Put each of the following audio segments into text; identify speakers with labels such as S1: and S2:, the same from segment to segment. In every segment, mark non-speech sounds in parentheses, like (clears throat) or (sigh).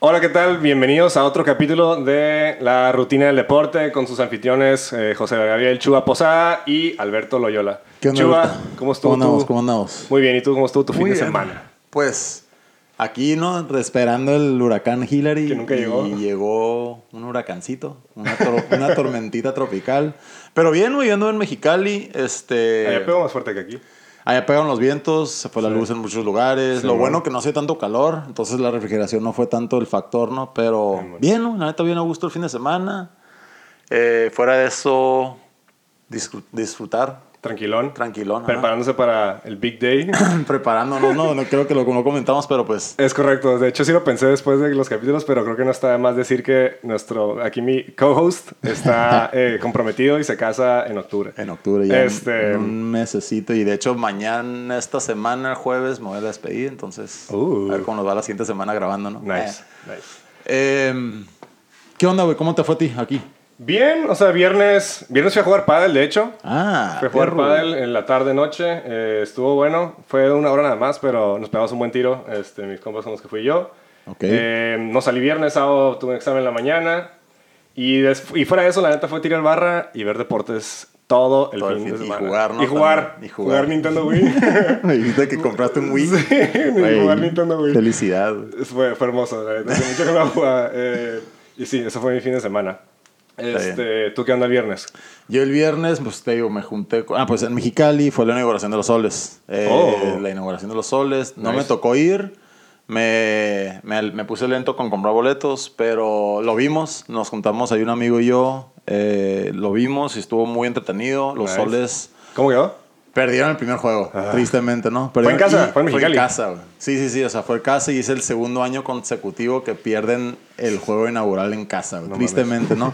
S1: Hola, ¿qué tal? Bienvenidos a otro capítulo de La Rutina del Deporte con sus anfitriones eh, José Gabriel Chuba Posada y Alberto Loyola.
S2: ¿Qué onda,
S1: Chuba,
S2: Alberto?
S1: ¿cómo estuvo
S2: ¿Cómo andamos?
S1: tu-
S2: ¿Cómo andamos?
S1: Muy bien, ¿y tú cómo estuvo tu fin
S2: Muy
S1: de
S2: bien.
S1: semana?
S2: Pues aquí, ¿no? Esperando el huracán Hillary.
S1: Que nunca
S2: y
S1: llegó.
S2: llegó un huracancito, una, tor- (laughs) una tormentita tropical. Pero bien, güey, yo ando en Mexicali. Este,
S1: Allá pego más fuerte que aquí.
S2: allá pegaron los vientos, se fue la luz en muchos lugares.
S1: Sí,
S2: Lo
S1: bueno.
S2: bueno que no hacía tanto calor, entonces la refrigeración no fue tanto el factor, ¿no? Pero
S1: bueno.
S2: bien, ¿no? la neta, bien a gusto el fin de semana. Eh, fuera de eso, disfrut- disfrutar
S1: Tranquilón.
S2: Tranquilón, ajá.
S1: Preparándose para el Big
S2: (laughs)
S1: Day.
S2: (clears throat) preparándonos, ¿no? No creo que lo, lo comentamos, pero pues
S1: Es correcto, de hecho sí lo pensé después de los capítulos, pero creo que no está de más decir que nuestro, aquí mi co-host
S2: (laughs)
S1: está eh, comprometido y se casa en octubre.
S2: en octubre ya. en-
S1: Este-
S2: en un mesecito. Y de hecho, mañana, esta semana, el jueves, me voy a despedir. Entonces,
S1: Uh.
S2: a ver cómo nos va la siguiente semana grabando, ¿no?
S1: Nice,
S2: Eh,
S1: nice.
S2: eh, ¿Qué onda, güey? ¿Cómo te fue a ti aquí?
S1: Bien, o sea, viernes, viernes fui a jugar pádel, de hecho.
S2: Ah,
S1: Fui a jugar
S2: perro.
S1: pádel en la tarde noche, eh, estuvo bueno, fue una hora nada más, pero nos pegamos un buen tiro, este, mis compas con los que fui yo.
S2: Ok.
S1: Eh, no salí viernes, sábado tuve un examen en la mañana y, des- y fuera de eso la neta fue tirar barra y ver deportes todo el
S2: Todo el
S1: fin, de
S2: fin. Y
S1: semana.
S2: jugar, ¿no?
S1: Y jugar,
S2: También.
S1: y
S2: Y
S1: jugar.
S2: jugar. (laughs)
S1: Nintendo Wii.
S2: (laughs) Me dijiste que compraste un Wii.
S1: Ni jugar Nintendo Wii.
S2: Felicidad, güey.
S1: fue, fue hermoso, la neta, hace mucho que no jugaba, eh, y sí, eso fue mi fin de semana.
S2: Está bien.
S1: Este, ¿Tú qué onda el viernes?
S2: Yo el viernes, pues te digo, me junté. con- Ah, pues en Mexicali fue la inauguración de los soles. Eh,
S1: Oh.
S2: La inauguración de los soles. No
S1: Nice.
S2: me tocó ir. Me, me, me puse lento con comprar boletos, pero lo vimos. Nos juntamos ahí un amigo y yo. eh, lo vimos y estuvo muy entretenido. Los
S1: Nice.
S2: soles
S1: ¿Cómo quedó?
S2: perdieron el primer juego,
S1: Ah.
S2: tristemente, ¿no?
S1: en
S2: Perdieron-
S1: casa?
S2: y-
S1: ¿Fue en Mexicali?
S2: casa, güey. Sí, sí, sí. O sea, fue en casa y es el segundo año consecutivo que pierden el juego inaugural en casa, güey,
S1: No mames. (laughs)
S2: tristemente, ¿no?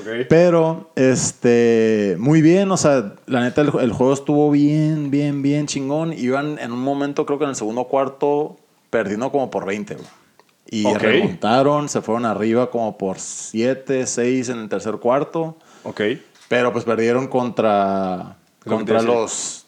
S1: Ok.
S2: Pero, este, muy bien, o sea, la neta, el, el juego estuvo bien, bien, bien chingón. Iban en un momento, creo que en el segundo cuarto, perdiendo como por 20, güey. Y
S1: Ok.
S2: remontaron, se fueron arriba como por 7, 6 en el tercer cuarto.
S1: Ok.
S2: Pero pues perdieron contra,
S1: Lo que
S2: contra
S1: te decía.
S2: los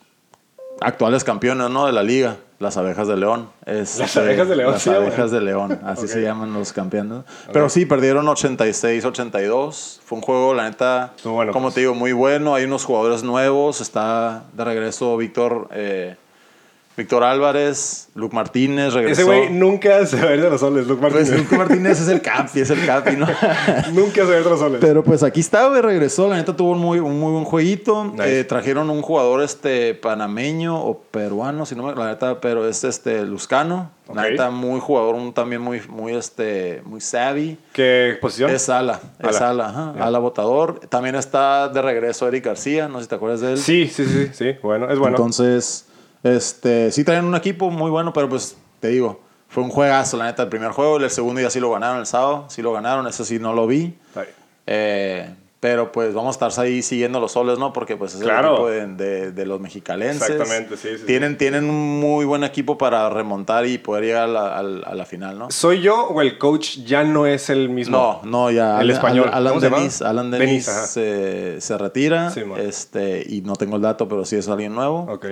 S2: actuales campeones, ¿no? De la liga, las abejas de León. Este,
S1: Las Abejas de León,
S2: Las
S1: sí, güey.
S2: abejas de León,
S1: (laughs)
S2: así
S1: Ok.
S2: se llaman los campeones. Pero sí, perdieron 86-82. Fue un juego, la neta,
S1: Estuvo bueno,
S2: como
S1: pues.
S2: te digo, muy bueno. Hay unos jugadores nuevos. Está de regreso Víctor... eh, Víctor Álvarez, Luke Martínez
S1: Ese
S2: regresó.
S1: güey nunca se va a ir de los soles, Luke
S2: Pues,
S1: Martínez.
S2: Luke Martínez es el capi, es el capi,
S1: (laughs)
S2: ¿no?
S1: nunca se va a ir de los soles.
S2: Pero pues aquí está, güey, regresó. La neta tuvo un muy, un muy buen jueguito.
S1: Nice.
S2: Eh, trajeron un jugador este panameño o peruano, si no me la neta, pero es este Luscano. La
S1: Ok.
S2: neta, muy jugador, un, también muy, muy, este, muy savvy.
S1: ¿Qué posición?
S2: Es ala, es
S1: Ala.
S2: ala, ajá,
S1: Ya.
S2: ala botador. También está de regreso Eric García, no sé si te acuerdas de él.
S1: Sí, sí, sí, sí, sí, Bueno, es bueno.
S2: Entonces, este, sí traen un equipo muy bueno, pero pues te digo, fue un juegazo, la neta, el primer juego. El segundo ya sí lo ganaron el sábado, sí lo ganaron, eso sí no lo vi.
S1: Está bien.
S2: Eh, pero pues vamos a estar ahí siguiendo los soles, ¿no? Porque pues es
S1: Claro.
S2: el equipo de, de- de los mexicalenses.
S1: Exactamente, sí, sí,
S2: Tienen, tienen un muy buen equipo para remontar y poder llegar a la, al- a la final, ¿no?
S1: ¿Soy yo o el coach ya no es el mismo?
S2: No, no, ya.
S1: El
S2: Alan-
S1: español.
S2: Alan,
S1: ¿Cómo se llama?
S2: Denis, Alan Denis,
S1: Denis, ajá.
S2: se, se retira.
S1: Sí, man.
S2: este, y no tengo el dato, pero sí es alguien nuevo.
S1: Ok.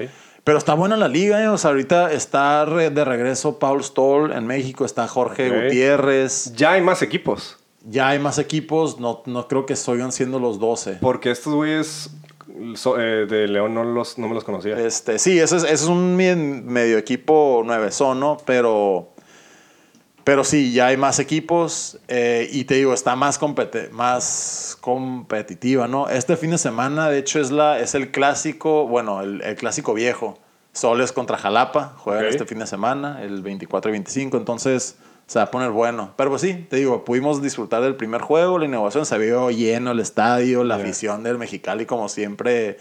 S2: Pero está buena la liga, ¿eh? O sea, ahorita está re- de regreso Paul Stoll en México, está Jorge
S1: Ok.
S2: Gutiérrez.
S1: Ya hay más equipos.
S2: Ya hay más equipos, no, no creo que sigan siendo los 12.
S1: Porque estos güeyes so- eh, de León no, los, no me los conocía.
S2: Este, sí, ese es, ese es un me- medio equipo nuevezón, ¿no? Pero, pero sí, ya hay más equipos eh, y te digo, está más, compete- más competitiva, ¿no? Este fin de semana, de hecho, es, la, es el clásico, bueno, el, el clásico viejo. Soles contra Jalapa, juegan
S1: Ok.
S2: este fin de semana, el 24 y 25, entonces se va a poner bueno. Pero pues sí, te digo, pudimos disfrutar del primer juego, la innovación se vio lleno el estadio, la
S1: Ya.
S2: afición del Mexicali como siempre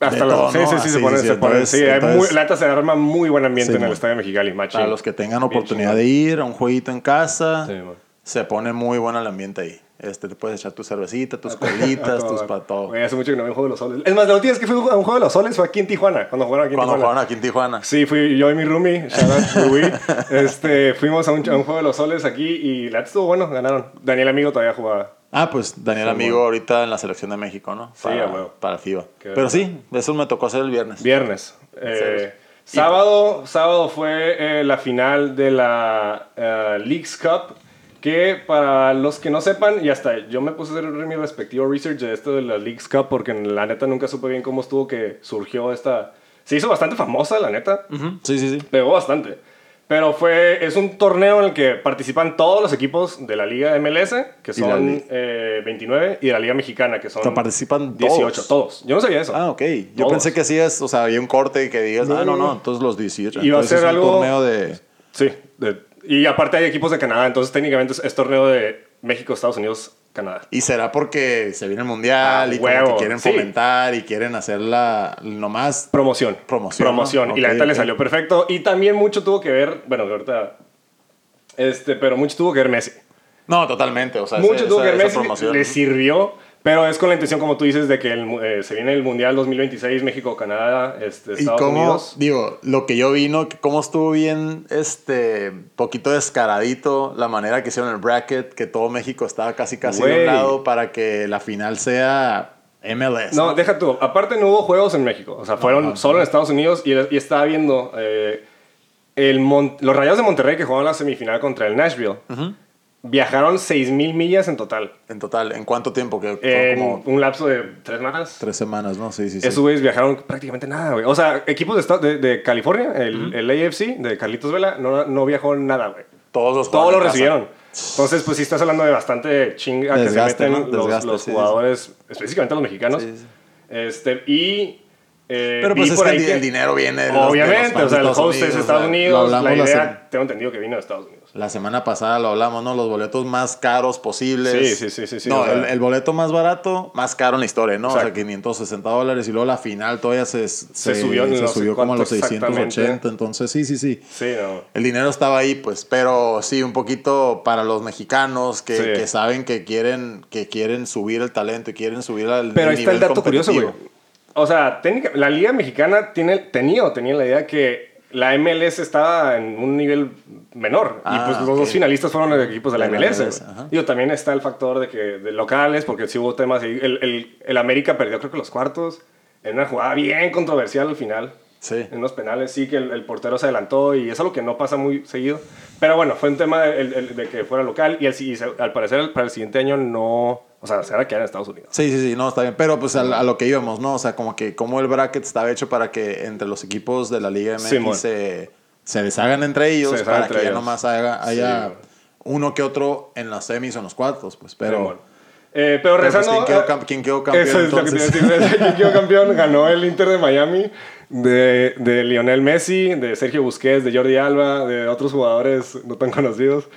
S1: Hasta
S2: de
S1: los.
S2: todo,
S1: sí,
S2: ¿no?
S1: sí, sí,
S2: Ah,
S1: se
S2: sí,
S1: ponen.
S2: sí,
S1: se ponen-
S2: entonces-
S1: sí, hay
S2: entonces-
S1: muy- la neta se arma muy buen ambiente
S2: Sí,
S1: en el
S2: man.
S1: estadio de Mexicali, machín.
S2: Para los que tengan
S1: Bien
S2: oportunidad
S1: chingón.
S2: de ir a un jueguito en casa,
S1: Sí, man.
S2: se pone muy bueno el ambiente ahí. Este, te puedes echar tu cervecita, (laughs) tus colitas, tus patos.
S1: Güey, hace mucho que no veo un juego de los soles. Es más, la última vez que fui a un juego de los soles fue aquí en Tijuana. Cuando jugaron aquí en
S2: Cuando
S1: Tijuana.
S2: jugaron aquí en Tijuana.
S1: Sí, fui yo y mi roomie, shout out Rui. este, fuimos a un, a un juego de los soles aquí y la neta estuvo bueno, ganaron. Daniel Amigo todavía jugaba.
S2: Ah, pues Daniel
S1: Sí,
S2: Amigo
S1: bueno.
S2: ahorita en la selección de México, ¿no?
S1: Sí, a
S2: Para,
S1: huevo.
S2: para FIBA.
S1: Qué
S2: Pero
S1: verdad.
S2: sí, eso me tocó hacer el viernes.
S1: Viernes. Eh, Sábado, sábado fue eh, la final de la eh, Leagues Cup, que para los que no sepan, y hasta yo me puse a hacer mi respectivo research de esto de la Leagues Cup, porque la neta nunca supe bien cómo estuvo que surgió esta... Se hizo bastante famosa, la neta.
S2: Sí, sí, sí.
S1: Pegó bastante. Pero fue, es un torneo en el que participan todos los equipos de la Liga MLS, que
S2: la
S1: son
S2: li-
S1: eh, 29, y de la Liga Mexicana, que son
S2: O sea, participan
S1: 18,
S2: todos.
S1: todos. Yo no sabía eso.
S2: Ah, ok. Yo
S1: Todos.
S2: pensé que hacías, o sea, había un corte que digas,
S1: No,
S2: ah, no,
S1: no,
S2: no,
S1: no.
S2: entonces los 18.
S1: Iba a
S2: Entonces
S1: ser
S2: es un
S1: algo- pues
S2: torneo de.
S1: Sí, de- y aparte hay equipos de Canadá, entonces técnicamente es, es torneo de México, Estados Unidos, Canadá.
S2: Y será porque se viene el mundial
S1: Ah,
S2: y como que
S1: huevo,
S2: quieren
S1: sí.
S2: fomentar y quieren hacer la. Nomás.
S1: Promoción.
S2: Promoción,
S1: Promoción.
S2: ¿no?
S1: Y la
S2: Ok,
S1: neta le
S2: ok.
S1: salió perfecto. Y también mucho tuvo que ver, bueno, que ahorita. Este, pero mucho tuvo que ver Messi.
S2: No, totalmente. O sea,
S1: mucho
S2: esa-
S1: tuvo que
S2: esa-
S1: ver
S2: esa
S1: Messi.
S2: promoción.
S1: Le sirvió, pero es con la intención, como tú dices, de que el mu- eh, se viene el Mundial 2026, México, Canadá, este,
S2: Y
S1: Estados
S2: cómo,
S1: Unidos.
S2: digo, lo que yo vino, cómo estuvo bien, este, poquito descaradito la manera que hicieron el bracket, que todo México estaba casi casi de
S1: Güey.
S2: un lado para que la final sea MLS.
S1: No, deja tú. Aparte no hubo juegos en México. O sea, fueron solo en Estados Unidos y, y estaba viendo eh, el Mon- los Rayados de Monterrey que jugaban la semifinal contra el Nashville. Viajaron 6.000 millas en total.
S2: En total, ¿en cuánto tiempo? Que fue
S1: Eh, En
S2: como
S1: un lapso de tres semanas.
S2: tres semanas, ¿no? Sí, sí, sí.
S1: Esos güeyes viajaron prácticamente nada, güey. O sea, equipos de, esta- de, de California, el, el AFC de Carlitos Vela, no, no viajó nada, güey.
S2: Todos los
S1: Todos
S2: jugaron
S1: lo
S2: en casa.
S1: recibieron. Entonces, pues sí estás hablando de bastante chinga que se
S2: Desgaste,
S1: meten
S2: ¿no?
S1: los- los,
S2: Desgaste, sí, sí, sí.
S1: jugadores, específicamente los mexicanos.
S2: Sí, sí.
S1: Este, y... eh,
S2: Pero
S1: vi
S2: pues es
S1: por
S2: que
S1: ahí
S2: el, di-
S1: que-
S2: el dinero viene de los- de los
S1: Obviamente,
S2: fans
S1: o sea,
S2: de
S1: el host es
S2: o
S1: Estados
S2: sea,
S1: Unidos.
S2: lo
S1: La
S2: hablamos
S1: idea,
S2: se-
S1: tengo entendido que vino de Estados Unidos.
S2: La semana pasada lo hablamos, ¿no? Los boletos más caros posibles.
S1: Sí, sí, sí, sí, sí,
S2: no,
S1: o sea-
S2: el, el boleto más barato, más caro en la historia, ¿no? O
S1: Exacto.
S2: sea, 560 dólares y luego la final todavía se, se,
S1: subió en
S2: se
S1: no sé
S2: subió como a los
S1: cuánto
S2: 680.
S1: exactamente.
S2: Entonces, sí, sí, sí.
S1: Sí, no.
S2: El dinero estaba ahí, pues, pero sí, un poquito para los mexicanos que,
S1: Sí.
S2: que saben que quieren, que quieren subir el talento y quieren subir al
S1: Pero
S2: el
S1: ahí está el
S2: nivel
S1: dato curioso, güey.
S2: competitivo.
S1: O sea, técnica- la Liga Mexicana tiene, tenía o tenía la idea que la MLS estaba en un nivel menor.
S2: Ah,
S1: y pues los
S2: ok.
S1: dos finalistas fueron los equipos de la,
S2: De la
S1: MLS.
S2: MLS,
S1: güey.
S2: ajá.
S1: Digo, también está el factor de que de locales, porque sí hubo temas. ahí. El, el- el América perdió, creo que los cuartos. En una jugada bien controversial al final.
S2: Sí.
S1: En unos penales sí que el, el portero se adelantó y es algo que no pasa muy seguido. Pero bueno, fue un tema de, el- el- de que fuera local y, el- y se- al parecer para el siguiente año no... O sea, se van a quedar en Estados Unidos.
S2: Sí, sí, sí, no, está bien. Pero pues al- a, lo que íbamos, ¿no? O sea, como que como el bracket estaba hecho para que entre los equipos de la Liga
S1: Simón.
S2: MX se, se deshagan entre ellos
S1: Se deshagan
S2: para
S1: entre
S2: que ya
S1: ellos.
S2: nomás haga- haya
S1: Sí, güey.
S2: uno que otro en las semis o en los cuartos, pues. Pero,
S1: Pero, eh, pero
S2: pero, pues,
S1: regresando.
S2: ¿quién, quedó camp- quién quedó campeón
S1: Eso es lo que te iba a
S2: entonces?
S1: decir. (laughs) ¿Quién quedó campeón? Ganó el Inter de Miami, de, de Lionel Messi, de Sergio Busquets, de Jordi Alba, de otros jugadores no tan conocidos.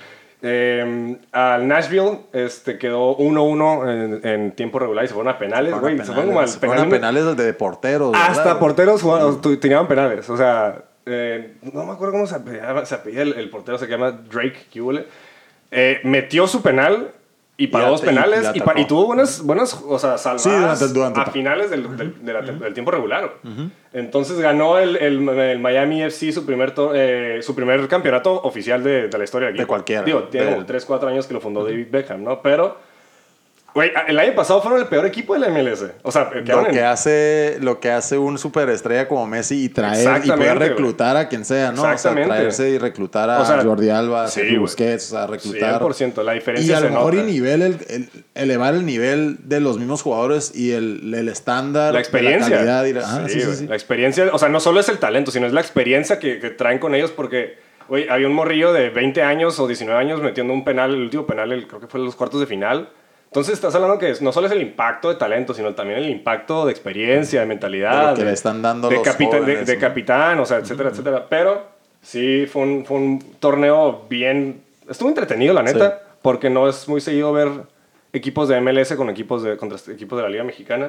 S1: Eh, al Nashville este, quedó 1-1 en, en tiempo regular y se fueron a penales,
S2: Fueron a
S1: güey. Se fueron como al
S2: se fueron a
S1: penal número-
S2: penales de porteros.
S1: hasta
S2: ¿verdad?
S1: porteros jugaban, tu- tiraban penales. O sea, eh, no me acuerdo cómo se apellidaba, se apellida el, el portero, se llama Drake ¿qué huele? Eh, metió su penal y pagó
S2: la-
S1: dos
S2: y- y
S1: penales
S2: la
S1: y, pa- y
S2: tapó.
S1: tuvo buenas, buenas o sea, salvadas
S2: Sí, durante- durante-
S1: a finales del, del- de la tem- del tiempo regular. güey. Entonces ganó el, el- el Miami FC su primer, to- eh, su primer campeonato oficial de, de la historia.
S2: De cualquiera.
S1: Digo, tiene
S2: Del-
S1: como 3, 4 años que lo fundó David Beckham, ¿no? Pero, güey, el año pasado fueron el peor equipo de la MLS. O sea, quedaron
S2: Lo
S1: en
S2: que, hace, lo que hace un superestrella como Messi y traer y
S1: Exactamente,
S2: poder
S1: güey.
S2: reclutar a quien sea, ¿no? O sea,
S1: Exactamente.
S2: traerse y reclutar a
S1: O sea,
S2: Jordi Alba,
S1: sí,
S2: Sergio
S1: güey.
S2: Busquets, o sea, reclutar.
S1: 100%, la diferencia
S2: Y a lo
S1: se
S2: mejor y
S1: nota.
S2: nivel, el, el- elevar el nivel de los mismos jugadores y el, el estándar.
S1: la experiencia.
S2: de La calidad y la- ajá,
S1: Sí,
S2: sí, sí,
S1: güey,
S2: sí.
S1: La experiencia, o sea, no solo es el talento, sino es la experiencia que, que traen con ellos porque, güey, había un morrillo de 20 años o 19 años metiendo un penal, el último penal, el- creo que fue en los cuartos de final. Entonces estás hablando que es- no solo es el impacto de talento, sino también el impacto de experiencia, de mentalidad.
S2: De lo que le están dando
S1: de
S2: los
S1: capitán, de,
S2: jóvenes,
S1: de
S2: ¿no?
S1: capitán, o sea, etcétera, etcétera. Pero sí, fue un, fue un torneo bien... Estuvo entretenido, la neta,
S2: Sí.
S1: porque no es muy seguido ver equipos de MLS con equipos de, contra equipos de la Liga Mexicana.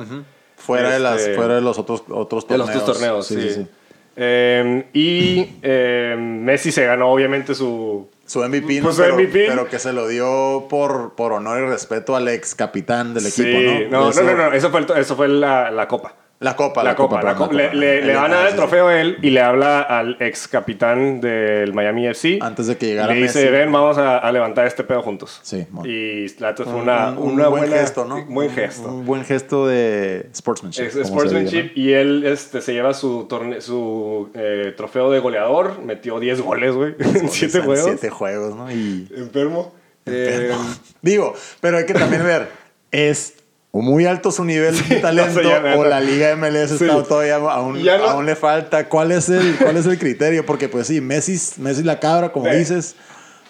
S2: Fuera, de las,
S1: Este,
S2: fuera de los otros, otros
S1: de
S2: torneos.
S1: los dos torneos, sí.
S2: sí, sí.
S1: Eh, y eh, Messi se ganó, obviamente, su.
S2: Su MVP, ¿no?
S1: Pues su
S2: pero,
S1: MVP.
S2: pero que se lo dio por, por honor y respeto al ex capitán del equipo,
S1: Sí,
S2: ¿no?
S1: no,
S2: Eso-
S1: no, no, no, eso fue, el to- eso fue la, la copa.
S2: La copa, Eh,
S1: La copa, la
S2: perdón,
S1: copa. Le, le- le van a dar el trofeo a él y le habla al ex capitán del Miami FC.
S2: Antes de que llegara
S1: Le dice,
S2: Messi.
S1: ven, vamos a, a levantar este pedo juntos.
S2: Sí, mon.
S1: Y la otra fue
S2: Un-
S1: una,
S2: un, un
S1: una
S2: buen
S1: buena-
S2: gesto, ¿no?
S1: un Buen
S2: Un-
S1: gesto.
S2: Un, buen gesto de sportsmanship.
S1: Es-
S2: como se diría,
S1: sportsmanship
S2: ¿no?
S1: y él este, se lleva su, torne- su eh, trofeo de goleador. Metió 10 goles, güey. (laughs) En 7
S2: En
S1: juegos.
S2: Siete juegos, ¿no? Y...
S1: Enfermo. Eh,
S2: (laughs) Digo, pero hay que también ver, es o muy alto su nivel de talento
S1: (laughs) no sé, ya neta.
S2: o la liga MLS
S1: Sí.
S2: está todavía aún,
S1: Ya no-
S2: aún le falta. ¿Cuál es el cuál es el criterio? Porque pues sí, Messi, Messi la cabra, como
S1: Sí.
S2: dices,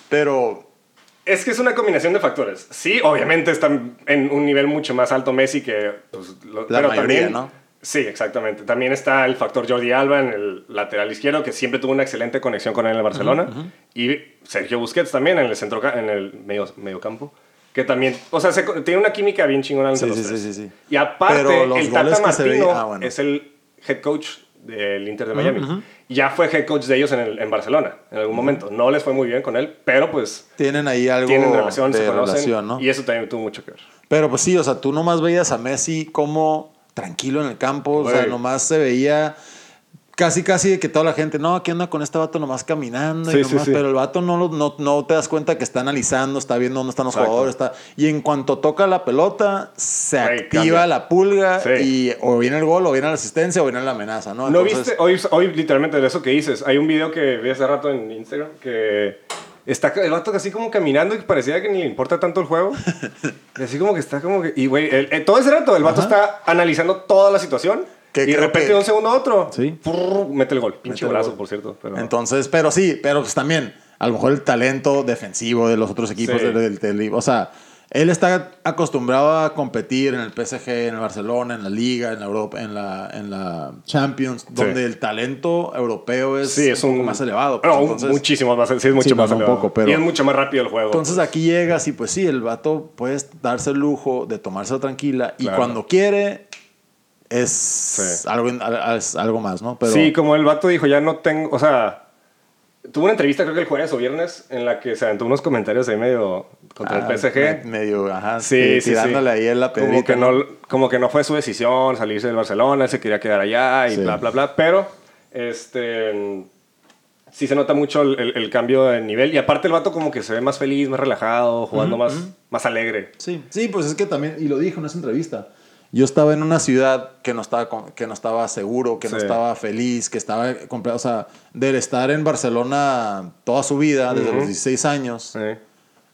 S2: pero
S1: es que es una combinación de factores. Sí, obviamente están en un nivel mucho más alto Messi que pues, lo-
S2: La mayoría, ¿no?
S1: Sí, exactamente. También está el factor Jordi Alba en el lateral izquierdo, que siempre tuvo una excelente conexión con él en el Barcelona. Y Sergio Busquets también en el centro, en el medio, medio campo. Que también, o sea, se co- tiene una química bien chingona entre
S2: Sí,
S1: los
S2: sí,
S1: tres.
S2: sí, sí, sí.
S1: Y aparte,
S2: Pero los
S1: el Tata
S2: goles que se
S1: Martino
S2: veían- ah, bueno.
S1: es el head coach del Inter de Miami. Ya fue head coach de ellos en, el- en Barcelona en algún momento. No les fue muy bien con él, pero pues
S2: tienen ahí algo
S1: tienen relación,
S2: de
S1: se conocen.
S2: relación, ¿no?
S1: Y eso también tuvo mucho que ver.
S2: Pero pues sí, o sea, tú nomás veías a Messi como tranquilo en el campo, o sea,
S1: Güey.
S2: nomás se veía casi casi de que toda la gente, no, ¿qué onda con este vato nomás caminando? y
S1: Sí, sí,
S2: nomás?"
S1: sí.
S2: Pero el vato no, lo- no, no te das cuenta que está analizando, está viendo dónde están los
S1: Exacto.
S2: jugadores, está... Y en cuanto toca la pelota, se
S1: Güey,
S2: activa
S1: cambia.
S2: la pulga
S1: Sí.
S2: y o viene el gol, o viene la asistencia, o viene la amenaza, ¿no?
S1: ¿No
S2: Ah,
S1: viste
S2: Entonces,
S1: hoy, hoy literalmente de eso que dices? Hay un video que vi hace rato en Instagram que está el vato así como caminando y parecía que ni le importa tanto el
S2: (laughs)
S1: juego. y así como que está como que... Y güey, el- eh, todo ese rato el vato está analizando toda la situación
S2: Que
S1: y de
S2: creo
S1: repente
S2: que-
S1: de un segundo a otro
S2: Sí.
S1: prrr, mete el gol. Pinche
S2: Mete el
S1: brazo,
S2: gol.
S1: por cierto. Pero...
S2: Entonces, pero sí, pero pues también, a lo mejor el talento defensivo de los otros equipos
S1: Sí.
S2: del, del- del- O sea, él está acostumbrado a competir en el PSG, en el Barcelona, en la Liga, en la Europa, en la, en la Champions, donde el talento europeo es,
S1: sí, es un...
S2: poco más elevado. pues,
S1: No, un-
S2: entonces-
S1: muchísimo más. Sí, es mucho
S2: Sí,
S1: más
S2: no, un
S1: elevado.
S2: poco, pero-
S1: Y es mucho más rápido el juego.
S2: entonces
S1: pues.
S2: aquí llegas y pues sí, el vato puede darse el lujo de tomárselo tranquila y
S1: Claro.
S2: cuando quiere es,
S1: Sí.
S2: algo, es algo más, ¿no? Pero, ah,
S1: Sí, como el vato dijo, ya no tengo, o sea, tuvo una entrevista creo que el jueves o viernes en la que se aventó unos comentarios ahí medio contra
S2: Ah,
S1: el PSG.
S2: me- Medio, ajá,
S1: sí, sí,
S2: sí, tirándole
S1: sí.
S2: ahí en la pedrita.
S1: como que no, como que no fue su decisión salirse del Barcelona, él se quería quedar allá y
S2: Sí.
S1: bla, bla, bla, pero este sí se nota mucho el, el- el cambio de nivel y aparte el vato como que se ve más feliz, más relajado, jugando más, más alegre.
S2: Sí, sí, pues es que también, y lo dijo en esa entrevista, yo estaba en una ciudad que no estaba, con- que no estaba seguro, que no
S1: Sí.
S2: estaba feliz, que estaba compl- o sea, del estar en Barcelona toda su vida, desde los 16 años
S1: Sí. Mm,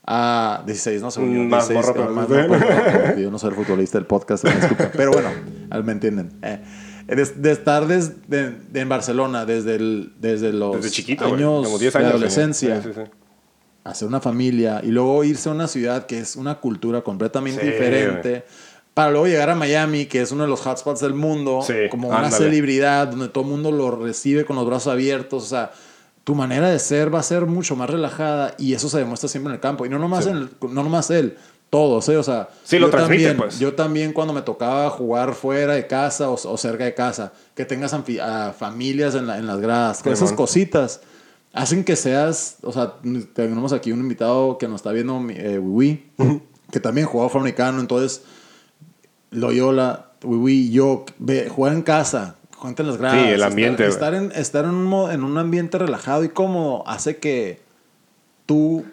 S2: a 16, no sé, yo,
S1: Más
S2: 16,
S1: morro,
S2: ah,
S1: pero-
S2: más morro, pero yo no soy el futbolista del podcast, me disculpen. pero bueno, al- me entienden. Eh, de, de estar desde, de- de- en Barcelona desde, el, desde los
S1: Desde chiquito, güey,
S2: años,
S1: como 10
S2: de
S1: años. sí.
S2: adolescencia,
S1: Sí, sí, sí.
S2: hacer una familia y luego irse a una ciudad que es una cultura completamente
S1: Sí,
S2: diferente. Para luego llegar a Miami, que es uno de los hotspots del mundo,
S1: Sí,
S2: como una
S1: ándale.
S2: celebridad donde todo el mundo lo recibe con los brazos abiertos. O sea, tu manera de ser va a ser mucho más relajada y eso se demuestra siempre en el campo. Y no nomás,
S1: Sí.
S2: en el- no nomás él, todos. ¿eh? O sea,
S1: Sí, lo transmite,
S2: también,
S1: pues.
S2: Yo también cuando me tocaba jugar fuera de casa o, o cerca de casa, que tengas anfi- a familias en, la- en las gradas, que esas
S1: Simón.
S2: cositas hacen que seas, o sea, tenemos aquí un invitado que nos está viendo, mi- eh, Wiwi, que también jugaba afroamericano, entonces Loyola, Wiwi, yo, ve, jugar en casa, jugar en las gradas.
S1: Sí, el ambiente, güey.
S2: Estar, estar en, estar en, un, mo- en un ambiente relajado y cómodo hace que tú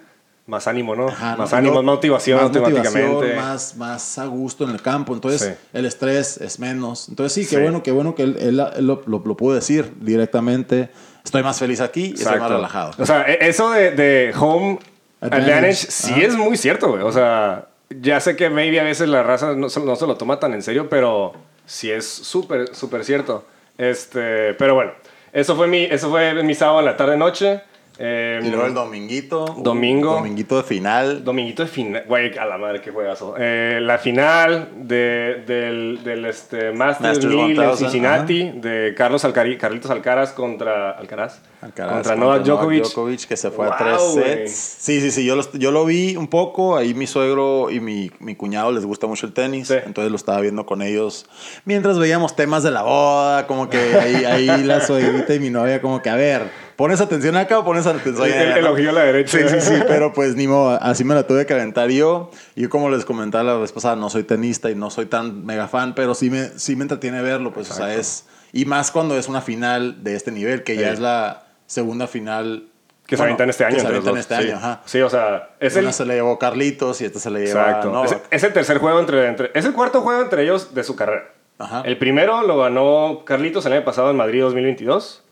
S1: Más ánimo, ¿no?
S2: Ajá,
S1: más
S2: ¿no?
S1: ánimo,
S2: Yo-
S1: más motivación
S2: más
S1: automáticamente.
S2: motivación, más, más a gusto en el campo. Entonces,
S1: Sí.
S2: el estrés es menos. Entonces, sí, qué
S1: Sí.
S2: bueno, qué bueno que él, él- él lo, lo, lo pudo decir directamente. Estoy más feliz aquí y estoy más
S1: Exacto.
S2: relajado.
S1: O sea, e- eso de, de home advantage,
S2: Advantage.
S1: sí
S2: Ajá.
S1: es muy cierto, güey. O sea, ya sé que maybe a veces la raza no, se- no se lo toma tan en serio, pero sí es súper, súper cierto. Este, pero bueno, eso fue mi, eso fue mi sábado en la tarde-noche. Eh,
S2: Y luego el dominguito.
S1: Domingo.
S2: Dominguito de final.
S1: Dominguito de final. Güey, a la madre, qué juegazo. Eh, la final de, del, del este, Masters,
S2: Masters
S1: 1000 en
S2: 1000,
S1: Cincinnati de Carlos Alcari- Carlitos Alcaraz contra Alcaraz.
S2: Alcaraz
S1: contra Novak Djokovic.
S2: que se fue
S1: Wow,
S2: a tres
S1: güey.
S2: sets. Sí, sí, sí. Yo lo, yo lo vi un poco. Ahí mi suegro y mi, mi cuñado les gusta mucho el tenis.
S1: Sí.
S2: Entonces lo estaba viendo con ellos. Mientras veíamos temas de la boda, como que ahí, ahí la suegrita y mi novia, como que a ver. ¿Pones atención acá o pones atención
S1: El,
S2: allá?
S1: el, el
S2: ¿no?
S1: ojillo a la derecha.
S2: Sí,
S1: (laughs)
S2: sí, sí, pero pues ni modo, así me la tuve que aventar yo. Yo como les comentaba la vez pasada, no soy tenista y no soy tan mega fan, pero sí me, sí me entretiene verlo, pues, o sea, es... Y más cuando es una final de este nivel, que ya
S1: Sí.
S2: es la segunda final...
S1: Que se
S2: bueno,
S1: avientan este año.
S2: Que se
S1: entre
S2: avientan
S1: los
S2: este
S1: dos, sí.
S2: año, ajá.
S1: Sí, o sea, es
S2: Una
S1: el,
S2: se la llevó Carlitos y esta se la lleva
S1: Exacto.
S2: Novak.
S1: Es, es el tercer juego entre, entre- Es el cuarto juego entre ellos de su carrera.
S2: Ajá.
S1: El primero lo ganó Carlitos el año pasado en Madrid 2022,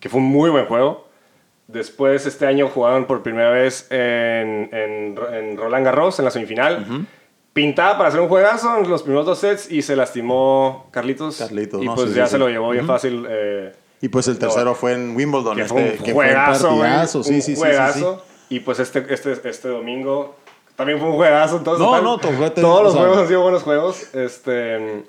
S1: que fue un muy buen juego. Después, este año jugaron por primera vez en, en- en Roland Garros, en la semifinal. Pintaba para hacer un juegazo en los primeros dos sets y se lastimó Carlitos.
S2: Carlitos,
S1: y
S2: no,
S1: pues
S2: sí,
S1: ya
S2: sí,
S1: se
S2: sí.
S1: lo llevó bien fácil. eh,
S2: Y pues el tercero fue en Wimbledon.
S1: que
S2: este,
S1: fue un
S2: que fue un
S1: juegazo, güey,
S2: partidazo,
S1: un
S2: sí, sí, sí, sí, sí.
S1: juegazo. Y pues este, este, este domingo también fue un juegazo. Entonces,
S2: No,
S1: total,
S2: no, to- fue-
S1: todos
S2: o
S1: los
S2: sea-
S1: juegos han sido buenos juegos. Este,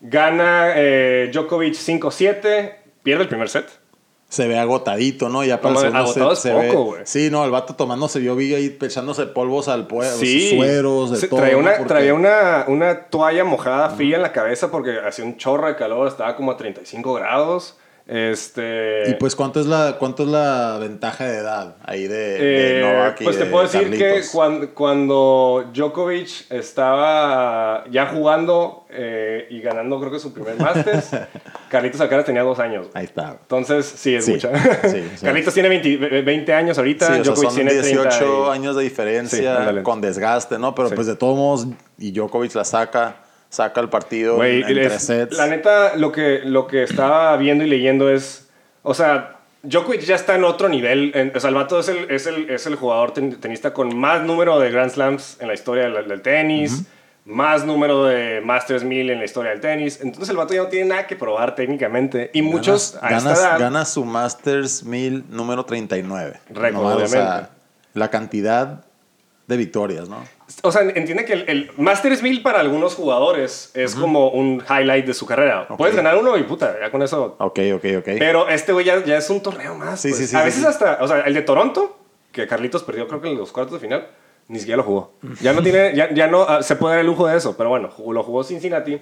S1: gana eh, Djokovic 5-7, pierde el primer set.
S2: Eh, Se ve agotadito, ¿no? Ya para
S1: No,
S2: el segundo
S1: agotado
S2: set
S1: es
S2: se
S1: poco,
S2: ve-
S1: güey.
S2: Sí, no, el vato tomándose, yo vi ahí echándose polvos al pueblo,
S1: Sí,
S2: sueros, de
S1: Se-
S2: todo.
S1: traía,
S2: ¿no?
S1: una,
S2: Porque-
S1: traía una, una toalla mojada fría en la cabeza porque hacía un chorro de calor, estaba como a 35 grados. Este,
S2: Y pues, ¿cuánto es la, cuánto es la ventaja de edad ahí de, de
S1: Eh,
S2: Novak y
S1: pues te
S2: de
S1: puedo decir
S2: Carlitos?
S1: que cuan- cuando, Djokovic estaba ya jugando eh, y ganando creo que su primer Masters,
S2: (laughs)
S1: Carlitos Alcaraz tenía dos años.
S2: Ahí está.
S1: Entonces, sí, es
S2: Sí,
S1: mucha. (laughs)
S2: sí, sí.
S1: Carlitos tiene 20, ve- 20 años ahorita,
S2: Sí, o sea,
S1: Djokovic
S2: son
S1: tiene
S2: 18
S1: 30 y-
S2: años de
S1: Sí,
S2: diferencia
S1: ándale.
S2: con desgaste, ¿no? Pero
S1: Sí.
S2: pues de todos modos, y Djokovic la saca, saca el partido
S1: Güey,
S2: en, en
S1: es-
S2: tres sets.
S1: La neta, lo que, lo que estaba viendo y leyendo es. O sea, Djokovic ya está en otro nivel. en- o sea, el vato es el, es el, es el jugador ten- tenista con más número de Grand Slams en la historia del, del tenis. Más número de Masters 1000 en la historia del tenis. Entonces el vato ya no tiene nada que probar técnicamente. Y
S2: Ganas-
S1: muchos a
S2: ganas,
S1: esta edad-
S2: ganas su Masters 1000 número 39.
S1: Récord,
S2: Nomás, o sea,
S1: obviamente.
S2: la cantidad de victorias, ¿no?
S1: O sea, entiende que el, el Masters 1000 para algunos jugadores es como un highlight de su carrera.
S2: Ok.
S1: Puedes ganar uno y puta, ya con eso
S2: Ok, ok, ok.
S1: Pero este güey ya, ya es un torneo más.
S2: Sí,
S1: pues.
S2: sí, sí,
S1: A
S2: sí,
S1: veces
S2: sí.
S1: hasta, o sea, el de Toronto, que Carlitos perdió creo que en los cuartos de final, ni siquiera lo jugó. Ya no tiene, ya, ya no ah, se puede dar el lujo de eso, pero bueno, jugó- lo jugó Cincinnati.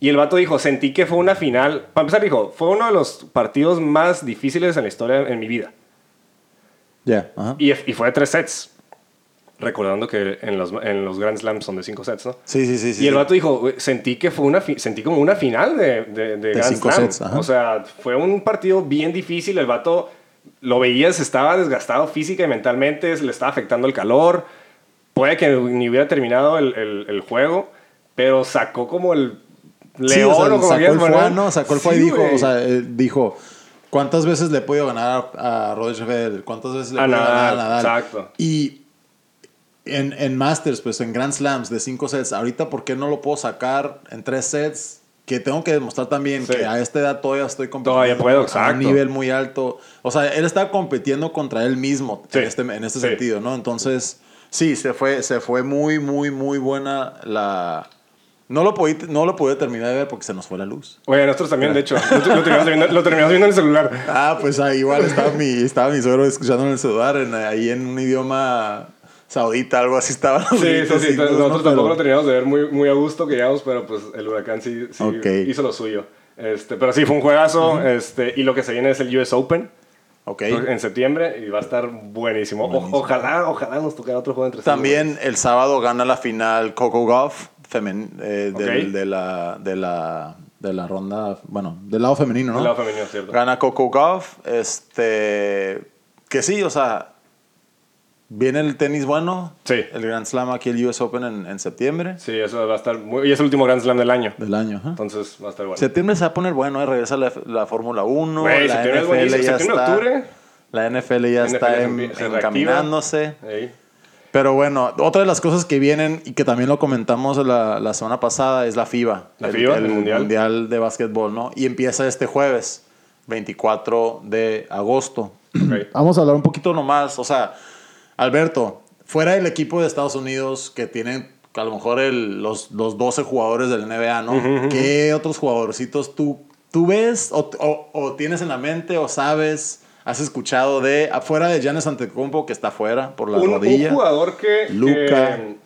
S1: Y el vato dijo, sentí que fue una final. Para empezar, dijo, fue uno de los partidos más difíciles en la historia en mi vida.
S2: Ya, ajá.
S1: Y, y fue de tres sets. Recordando que en los, en los Grand Slams son de cinco sets, ¿no?
S2: Sí, sí, sí. sí,
S1: y el
S2: sí.
S1: vato dijo, "Güey, sentí que fue una fi- sentí como una final de, de, de Grand
S2: cinco
S1: Slam.
S2: sets, ajá.
S1: o sea, fue un partido bien difícil. El vato lo veías, estaba desgastado física y mentalmente, se le estaba afectando el calor. Puede que ni hubiera terminado el, el- el juego, pero sacó como el león
S2: Sí, o sea,
S1: o como
S2: sacó
S1: quieras
S2: el
S1: poner.
S2: fuego, ¿no? Sacó el fuego
S1: Sí,
S2: y dijo,
S1: güey.
S2: o sea, eh, dijo, ¿cuántas veces le he podido ganar a, a Roger Federer? ¿Cuántas veces le he
S1: A
S2: podido ganar a
S1: Nadal,
S2: Nadal?
S1: exacto.
S2: Y en, en Masters, pues en Grand Slams de cinco sets, ahorita, ¿por qué no lo puedo sacar en tres sets? Que tengo que demostrar también
S1: Sí.
S2: que a esta edad todavía estoy compitiendo
S1: Todavía puedo,
S2: a
S1: exacto.
S2: un nivel muy alto. O sea, él está compitiendo contra él mismo
S1: Sí.
S2: en este, en
S1: Sí.
S2: este sentido, ¿no? Entonces, sí, se fue, se fue muy, muy, muy buena la... No lo, podí- no lo pude terminar de ver porque se nos fue la luz.
S1: Oye, nosotros también, de hecho, lo, lo terminamos viendo, lo terminamos viendo en el celular.
S2: Ah, pues ahí igual estaba mi, estaba mi suegro escuchando en el celular, en- ahí en un idioma saudita, algo así estaba. los
S1: Sí, sí,
S2: gritos
S1: sí.
S2: y todo,
S1: Nosotros
S2: ¿no?
S1: tampoco lo
S2: Pero-
S1: teníamos de ver muy, muy a gusto que llegamos, pero pues el huracán sí, sí
S2: Ok.
S1: hizo lo suyo. Este, pero sí, fue un juegazo. este, y lo que se viene es el US Open
S2: Ok.
S1: en septiembre y va a estar buenísimo. O-
S2: Buenísimo.
S1: ojalá, ojalá nos tocara otro juego entre sí,
S2: También el sábado gana la final Coco Golf
S1: Ok.
S2: de, la, de, la, de la ronda, bueno, del lado femenino, ¿no?
S1: güey. El lado femenino, ¿cierto?
S2: Gana Coco Golf, este, que sí, o sea, viene el tenis bueno,
S1: Sí.
S2: el Grand Slam aquí, el US Open en, en septiembre
S1: Sí, eso va a estar muy... Y es el último Grand Slam del año.
S2: del año. ajá.
S1: Entonces va a estar bueno.
S2: Septiembre se va a poner bueno, eh, regresa la, la Fórmula 1,
S1: Güey,
S2: la
S1: septiembre es
S2: NFL
S1: buenísimo.
S2: ya
S1: Septiembre,
S2: está,
S1: octubre.
S2: la NFL ya
S1: NFL
S2: está
S1: se
S2: en-
S1: reactiva.
S2: encaminándose.
S1: Ey.
S2: Pero bueno, otra de las cosas que vienen y que también lo comentamos la, la semana pasada es la FIBA.
S1: La FIBA, el Mundial.
S2: de Básquetbol, ¿no? Y empieza este jueves, 24 de agosto.
S1: Ok.
S2: Vamos a hablar un poquito nomás, o sea, Alberto, fuera del equipo de Estados Unidos que tienen a lo mejor el- los, los 12 jugadores del NBA, ¿no? ¿Qué otros jugadorcitos tú, tú ves o, o- o tienes en la mente o sabes, has escuchado de afuera de Giannis Antetokounmpo que está afuera por la
S1: un, un
S2: rodilla?
S1: jugador que.
S2: Luka.
S1: que-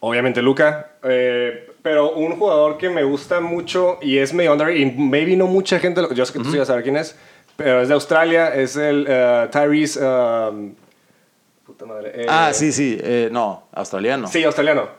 S1: obviamente, Luca. eh, pero un jugador que me gusta mucho y es medio under. Y maybe no mucha gente. lo- Yo sé que tú sí vas a saber quién es. pero es de Australia, es el eh, Tyrese. um, puta madre. eh,
S2: Ah, sí, sí. eh, no, australiano.
S1: Sí, australiano.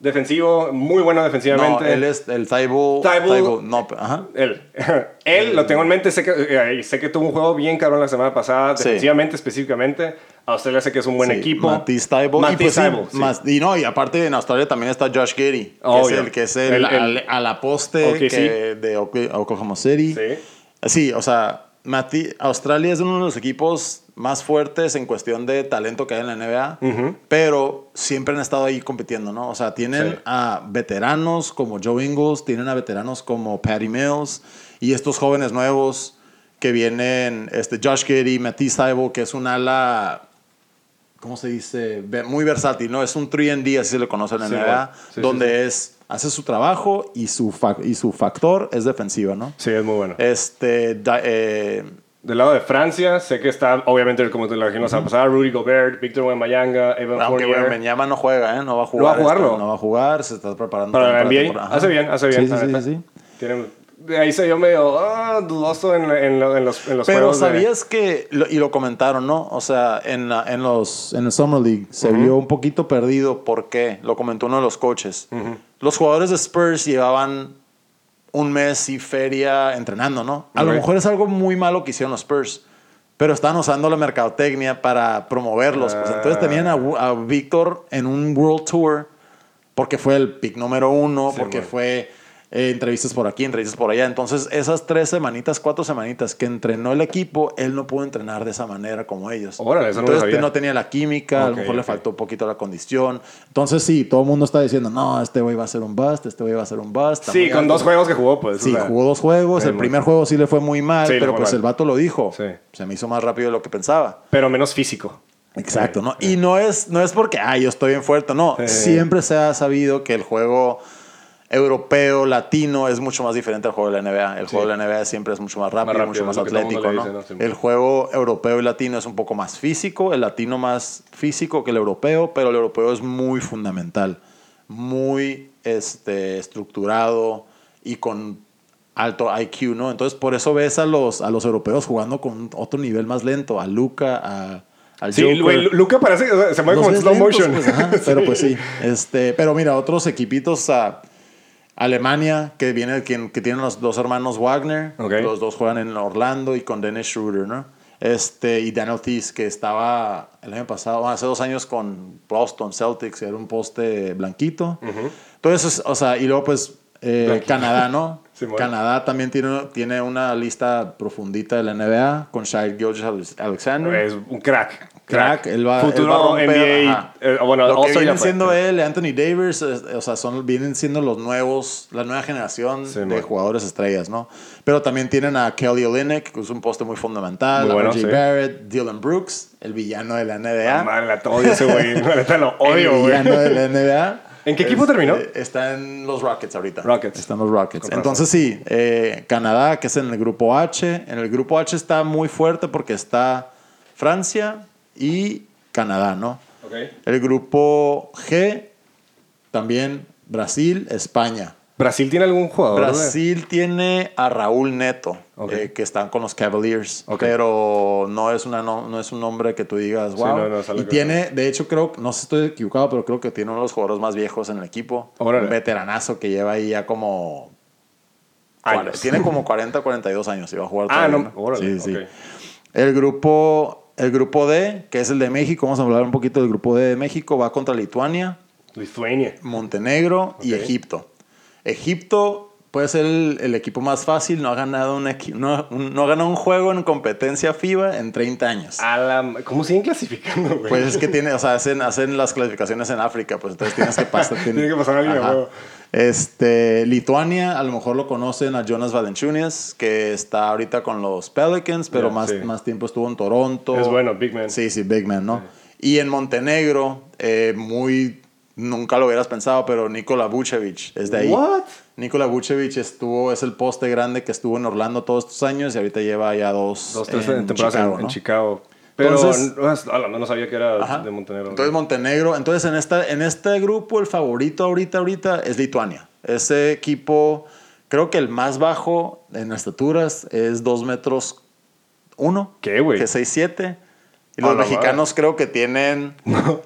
S1: Defensivo, muy bueno
S2: no,
S1: defensivamente.
S2: él es el Taibo.
S1: Taibo-
S2: no, pe- ajá.
S1: Él. (laughs) Él, lo tengo en mente, sé que, eh, y sé que tuvo un juego bien cabrón la semana pasada,
S2: Sí.
S1: defensivamente específicamente. Australia sé que es un buen
S2: Sí,
S1: equipo.
S2: Matisse Taibo.
S1: Matisse
S2: y, pues, sí,
S1: Taibo, sí.
S2: Mas- y no, y aparte en Australia también está Josh Giddy, que es
S1: Obvio.
S2: el que es el,
S1: El- el-
S2: al- a la poste
S1: Ok,
S2: que-
S1: sí.
S2: de Ok- Oklahoma City.
S1: Sí.
S2: Sí, o sea, Mati- Australia es uno de los equipos más fuertes en cuestión de talento que hay en la NBA, pero siempre han estado ahí compitiendo, ¿no? O sea, tienen
S1: Sí.
S2: a veteranos como Joe Ingles, tienen a veteranos como Patty Mills y estos jóvenes nuevos que vienen, este Josh Giddy, Matisse Taibo, que es un ala ¿cómo se dice? Ve- Muy versátil, ¿no? Es un 3D, así se le conoce en la
S1: Sí,
S2: NBA,
S1: güey. Sí,
S2: donde
S1: sí,
S2: es, hace su trabajo y su, fa- y su factor es defensiva, ¿no?
S1: Sí, es muy bueno.
S2: Este, da- eh,
S1: Del lado de Francia, sé que está, obviamente, como te lo dijimos la semana pasada, pues, ah, Rudy Gobert, Victor Wembanyanga, Evan
S2: aunque
S1: Fournier.
S2: Ah, Wembanyama no juega, ¿eh? No va a jugar.
S1: va a jugarlo.
S2: está- No va a jugar, se está preparando.
S1: Para la
S2: también
S1: NBA,
S2: temporada. Ajá.
S1: hace bien, hace bien.
S2: Sí, sí,
S1: la
S2: sí,
S1: neta.
S2: sí, sí.
S1: Tienen- de ahí se yo medio ah, dudoso en, en lo- en los, en los
S2: Pero
S1: juegos de-
S2: sabías que, lo- y lo comentaron, ¿no? O sea, en, la- en, los, en el Summer League se vio un poquito perdido porque, lo comentó uno de los coaches, los jugadores de Spurs llevaban un mes y feria entrenando, ¿no? A lo
S1: Ok.
S2: mejor es algo muy malo que hicieron los Spurs, pero están usando la mercadotecnia para promoverlos. pues. Entonces
S1: Ah.
S2: tenían a, Wu- a Víctor en un World Tour porque fue el pick número uno,
S1: Sí,
S2: porque
S1: güey.
S2: fue eh, entrevistas por aquí, entrevistas por allá. Entonces, esas tres semanitas, cuatro semanitas que entrenó el equipo, él no pudo entrenar de esa manera como ellos.
S1: Órale, eso no lo
S2: Entonces,
S1: sabía.
S2: no tenía la química, a lo
S1: Ok,
S2: mejor le
S1: ok.
S2: faltó un poquito la condición. Entonces, sí, todo el mundo está diciendo, no, este güey va a ser un bust, este güey va a ser un bust. está
S1: Sí,
S2: muy
S1: con
S2: alto".
S1: dos juegos que jugó, pues.
S2: Sí,
S1: o sea,
S2: jugó dos juegos.
S1: sí,
S2: El
S1: muy-
S2: primer juego sí le fue muy mal,
S1: Sí, le
S2: pero
S1: fue
S2: pues
S1: mal.
S2: el vato lo dijo.
S1: Sí.
S2: Se me hizo más rápido de lo que pensaba.
S1: Pero menos físico.
S2: Exacto, ¿no? Y no es, no es porque, ah, yo estoy bien fuerte, no.
S1: Sí.
S2: Siempre se ha sabido que el juego europeo, latino, es mucho más diferente al juego de la NBA. El juego de la NBA siempre es mucho más rápido,
S1: rápido,
S2: mucho
S1: es
S2: más
S1: lo que todo el mundo
S2: atlético,
S1: le
S2: ¿no?
S1: dice, ¿no? Sí.
S2: El juego europeo y latino es un poco más físico, el latino más físico que el europeo, pero el europeo es muy fundamental, muy este, estructurado y con alto IQ, ¿no? Entonces por eso ves a los, a los europeos jugando con otro nivel más lento, a Luca, a... Al
S1: Sí,
S2: Joker.
S1: güey, Lu- Luca parece que o sea, se mueve
S2: Los
S1: como en slow
S2: ves lentos,
S1: motion.
S2: pues, ajá,
S1: (laughs)
S2: pero pues sí. Este, pero mira, otros equipitos a Alemania, que viene quien, que tienen los dos hermanos Wagner.
S1: Ok.
S2: Los dos juegan en Orlando y con Dennis Schroeder, ¿no? Este, y Dan Ortiz, que estaba el año pasado, hace dos años con Boston Celtics, era un poste blanquito. Entonces, o sea, y luego pues eh,
S1: Blanquito.
S2: Canadá, ¿no?
S1: (laughs) Sí, bueno.
S2: Canadá también tiene, tiene una lista profundita de la NBA con Shai Gilgeous Alexander
S1: Es un crack.
S2: crack, él va,
S1: Futuro
S2: él va a romper,
S1: NBA.
S2: ajá.
S1: eh, bueno,
S2: lo que
S1: All-Star ya
S2: vienen
S1: fue.
S2: siendo él, Anthony Davis, es- o sea, son, vienen siendo los nuevos, la nueva generación
S1: Sí,
S2: de
S1: man.
S2: jugadores estrellas, ¿no? Pero también tienen a Kelly Olynyk, que es un poste muy fundamental,
S1: Muy
S2: a
S1: bueno,
S2: RJ
S1: sí.
S2: Barrett, Dylan Brooks, el villano de la
S1: Ah,
S2: NBA.
S1: man, la odio ese güey. La neta
S2: (laughs)
S1: lo
S2: el
S1: odio, güey.
S2: villano de la NBA.
S1: (laughs) ¿En qué equipo
S2: Este,
S1: terminó?
S2: Está en los Rockets ahorita.
S1: Rockets.
S2: Están los Rockets.
S1: Con razón.
S2: Entonces sí, eh, Canadá, que es en el grupo H. En el grupo H está muy fuerte porque está Francia y Canadá, ¿no?
S1: Ok.
S2: El grupo G, también Brasil, España.
S1: ¿Brasil tiene algún jugador? güey?
S2: Brasil tiene a Raúl Neto,
S1: Ok.
S2: eh, que están con los Cavaliers,
S1: Ok.
S2: pero no es, una, no, no es un nombre que tú digas, wow.
S1: no, no es algo
S2: y
S1: que-
S2: tiene, de hecho, creo, no sé si estoy equivocado, pero creo que tiene uno de los jugadores más viejos en el equipo.
S1: Órale.
S2: Un veteranazo que lleva ahí ya como...
S1: Años.
S2: Tiene
S1: (laughs)
S2: como 40, 42 años y va a jugar
S1: Ah,
S2: todavía,
S1: no. Órale.
S2: Sí, sí.
S1: ok.
S2: El grupo, el grupo D, que es el de México, vamos a hablar un poquito del grupo D de México, va contra Lituania,
S1: Lithuania.
S2: Montenegro y
S1: Ok.
S2: Egipto. Egipto puede ser el, el equipo más fácil, no ha ganado un, equi- no, un- no ha ganado un juego en competencia FIBA en 30 años.
S1: A la ma- ¿Cómo siguen clasificando, güey?
S2: Pues es que tiene, o sea, hacen, hacen las clasificaciones en África, pues entonces tienes que
S1: (laughs)
S2: pasar. tien-
S1: Tiene que pasar alguien,
S2: Ajá.
S1: huevo.
S2: Este, Lituania, a lo mejor lo conocen a Jonas Valanciunas, que está ahorita con los Pelicans, pero
S1: Ya,
S2: más,
S1: sí.
S2: más tiempo estuvo en Toronto.
S1: Es bueno, big man.
S2: Sí, sí, big man, ¿no? Y en Montenegro, eh, muy, nunca lo hubieras pensado, pero Nikola Vucevic es de ahí.
S1: What?
S2: Nikola Vucevic estuvo, es el poste grande que estuvo en Orlando todos estos años y ahorita lleva ya dos,
S1: Dos, tres
S2: en
S1: temporadas en-
S2: Chicago,
S1: en,
S2: ¿no?
S1: Chicago. Pero
S2: Entonces-
S1: no, ala, no, no sabía que era
S2: Ajá.
S1: de Montenegro.
S2: Entonces Montenegro, entonces en esta en este grupo el favorito ahorita ahorita es Lituania. Ese equipo creo que el más bajo en estaturas es 2 metros uno.
S1: ¿Qué, güey?
S2: Que 6-7. Y
S1: A
S2: los
S1: la
S2: mexicanos creo
S1: (laughs)
S2: que tienen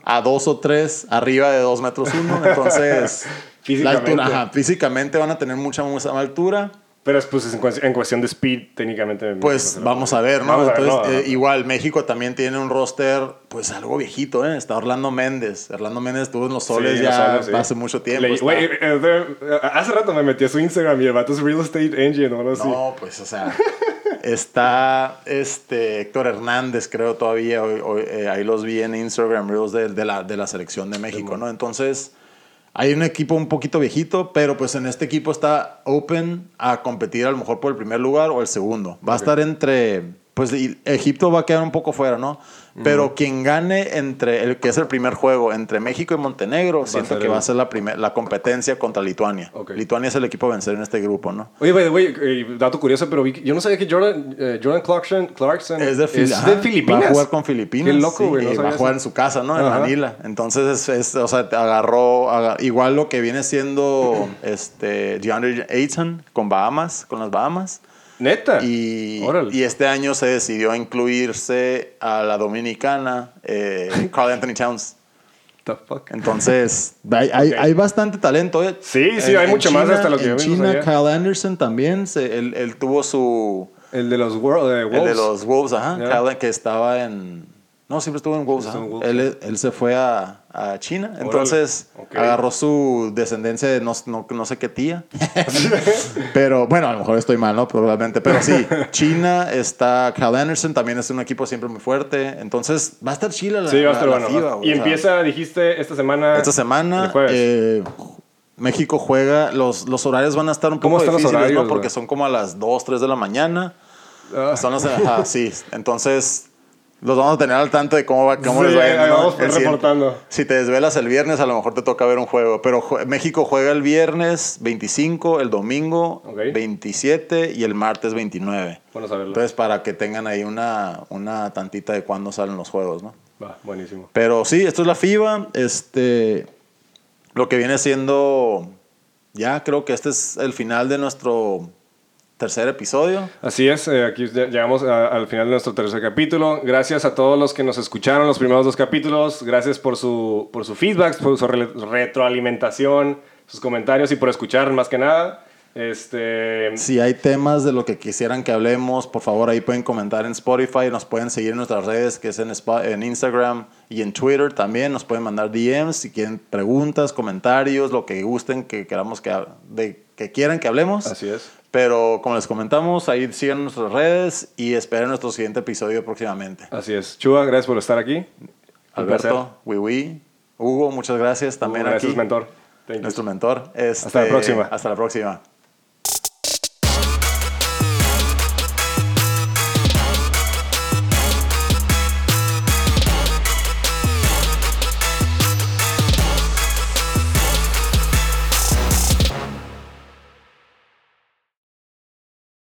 S2: a dos o tres arriba de dos metros uno. Entonces, la
S1: (laughs) Físicamente.
S2: altura, ajá, físicamente van a tener mucha, mucha altura.
S1: Pero es, pues, en, cues- en cuestión de speed, técnicamente.
S2: Pues vamos a ver, ¿no?
S1: Vamos a ver,
S2: Entonces,
S1: no,
S2: eh,
S1: no.
S2: igual, México también tiene un roster, pues algo viejito, ¿eh? Está Orlando Méndez. Orlando Méndez estuvo en los soles
S1: Sí,
S2: ya
S1: no sabes, sí.
S2: hace mucho tiempo.
S1: Le-
S2: está-
S1: güey, eh, eh, eh, hace rato me metí a su Instagram y el vato es Real Estate Engine o algo así.
S2: No, pues, o sea, está este Héctor Hernández, creo todavía, hoy- hoy, eh, ahí los vi en Instagram Reels de, de la, de la selección de México, ¿no? Entonces, hay un equipo un poquito viejito, pero pues en este equipo está open a competir a lo mejor por el primer lugar o el segundo. Va a estar entre, pues y Egipto va a quedar un poco fuera, ¿no? Pero quien gane entre el que es el primer juego entre México y Montenegro, siento
S1: ser
S2: que
S1: el-
S2: va a ser la, primer- la competencia contra Lituania.
S1: Ok.
S2: Lituania es el equipo a vencer en este grupo, ¿no?
S1: Oye, by the way, eh, dato curioso, pero vi que- yo no sabía que Jordan, eh, Jordan Clarkson, Clarkson
S2: Es de, Fili-
S1: de
S2: ajá,
S1: Filipinas.
S2: Va a jugar con Filipinas.
S1: Qué loco,
S2: sí,
S1: güey. no
S2: y va
S1: sabía
S2: a jugar en
S1: eso.
S2: su casa, ¿no? En
S1: Ajá.
S2: Manila. Entonces, es, es- o sea, te agarró, aga- igual lo que
S1: (clears throat)
S2: viene siendo este DeAndre Ayton con Bahamas, con las Bahamas.
S1: Neta.
S2: Y,
S1: Órale.
S2: y este año se decidió incluirse a la dominicana
S1: (laughs)
S2: eh, Carl Anthony Towns.
S1: The fuck? (laughs)
S2: Entonces, hay, hay-
S1: Ok.
S2: hay bastante talento. eh.
S1: Sí, sí,
S2: En-
S1: hay
S2: en
S1: mucho más hasta lo que
S2: en
S1: yo mismo
S2: China,
S1: sabía.
S2: Kyle Anderson también, se- él- él tuvo su,
S1: El de los World, eh, Wolves.
S2: el de los Wolves, ajá.
S1: Ya.
S2: Kyle, que estaba en. No, siempre estuvo en Wolves,
S1: Estuvo
S2: ajá.
S1: en Wolves,
S2: él, él se fue a, a China. Entonces
S1: Ok.
S2: agarró su descendencia de no, no- no sé
S1: (laughs)
S2: qué tía. pero bueno, a lo mejor estoy mal, ¿no? Probablemente. Pero sí, China está. Kyle Anderson también es un equipo siempre muy fuerte. Entonces va a estar chila la,
S1: Sí, va a
S2: la-
S1: estar
S2: la
S1: bueno. va a
S2: FIBA,
S1: estar-
S2: güey,
S1: Y
S2: o sea,
S1: empieza, dijiste, esta semana.
S2: Esta semana.
S1: el jueves.
S2: eh, México juega, los, los horarios van a estar un
S1: ¿Cómo
S2: poco
S1: están los
S2: difíciles,
S1: horarios,
S2: ¿no? Porque
S1: güey?
S2: son como a las 2, 3 de la mañana.
S1: Ah,
S2: Son los- ajá, sí. Entonces, los vamos a tener al tanto de cómo, va, cómo
S1: Sí,
S2: les va a ir,
S1: ahí
S2: ¿no?
S1: vamos
S2: El siguiente-
S1: reportando.
S2: Si te desvelas el viernes, a lo mejor te toca ver un juego. Pero jue- México juega el viernes 25, el domingo
S1: Ok.
S2: 27 y el martes 29.
S1: Bueno, saberlo.
S2: Entonces, para que tengan ahí una, una tantita de cuándo salen los juegos, ¿no?
S1: Va, buenísimo.
S2: Pero sí, esto es la FIBA. Este, lo que viene siendo, ya creo que este es el final de nuestro tercer episodio.
S1: Así es, eh, aquí ya- llegamos a- al final de nuestro tercer capítulo. Gracias a todos los que nos escucharon los primeros dos capítulos. Gracias por su, por su feedback, por su re- retroalimentación, sus comentarios y por escuchar más que nada. Este,
S2: Si hay temas de lo que quisieran que hablemos, por favor ahí pueden comentar en Spotify, nos pueden seguir en nuestras redes, que es en, Spo- en Instagram y en Twitter también, nos pueden mandar DMs si quieren preguntas, comentarios, lo que gusten que queramos que hab- de que quieran que hablemos.
S1: Así es.
S2: Pero como les comentamos, ahí sigan nuestras redes y esperen nuestro siguiente episodio próximamente.
S1: así es. Chua, gracias por estar aquí. Un placer.
S2: Alberto, Wiwi, Hugo, muchas gracias también
S1: Gracias,
S2: aquí.
S1: mentor. Thank you.
S2: Nuestro mentor.
S1: la
S2: Este,
S1: próxima.
S2: Hasta la próxima.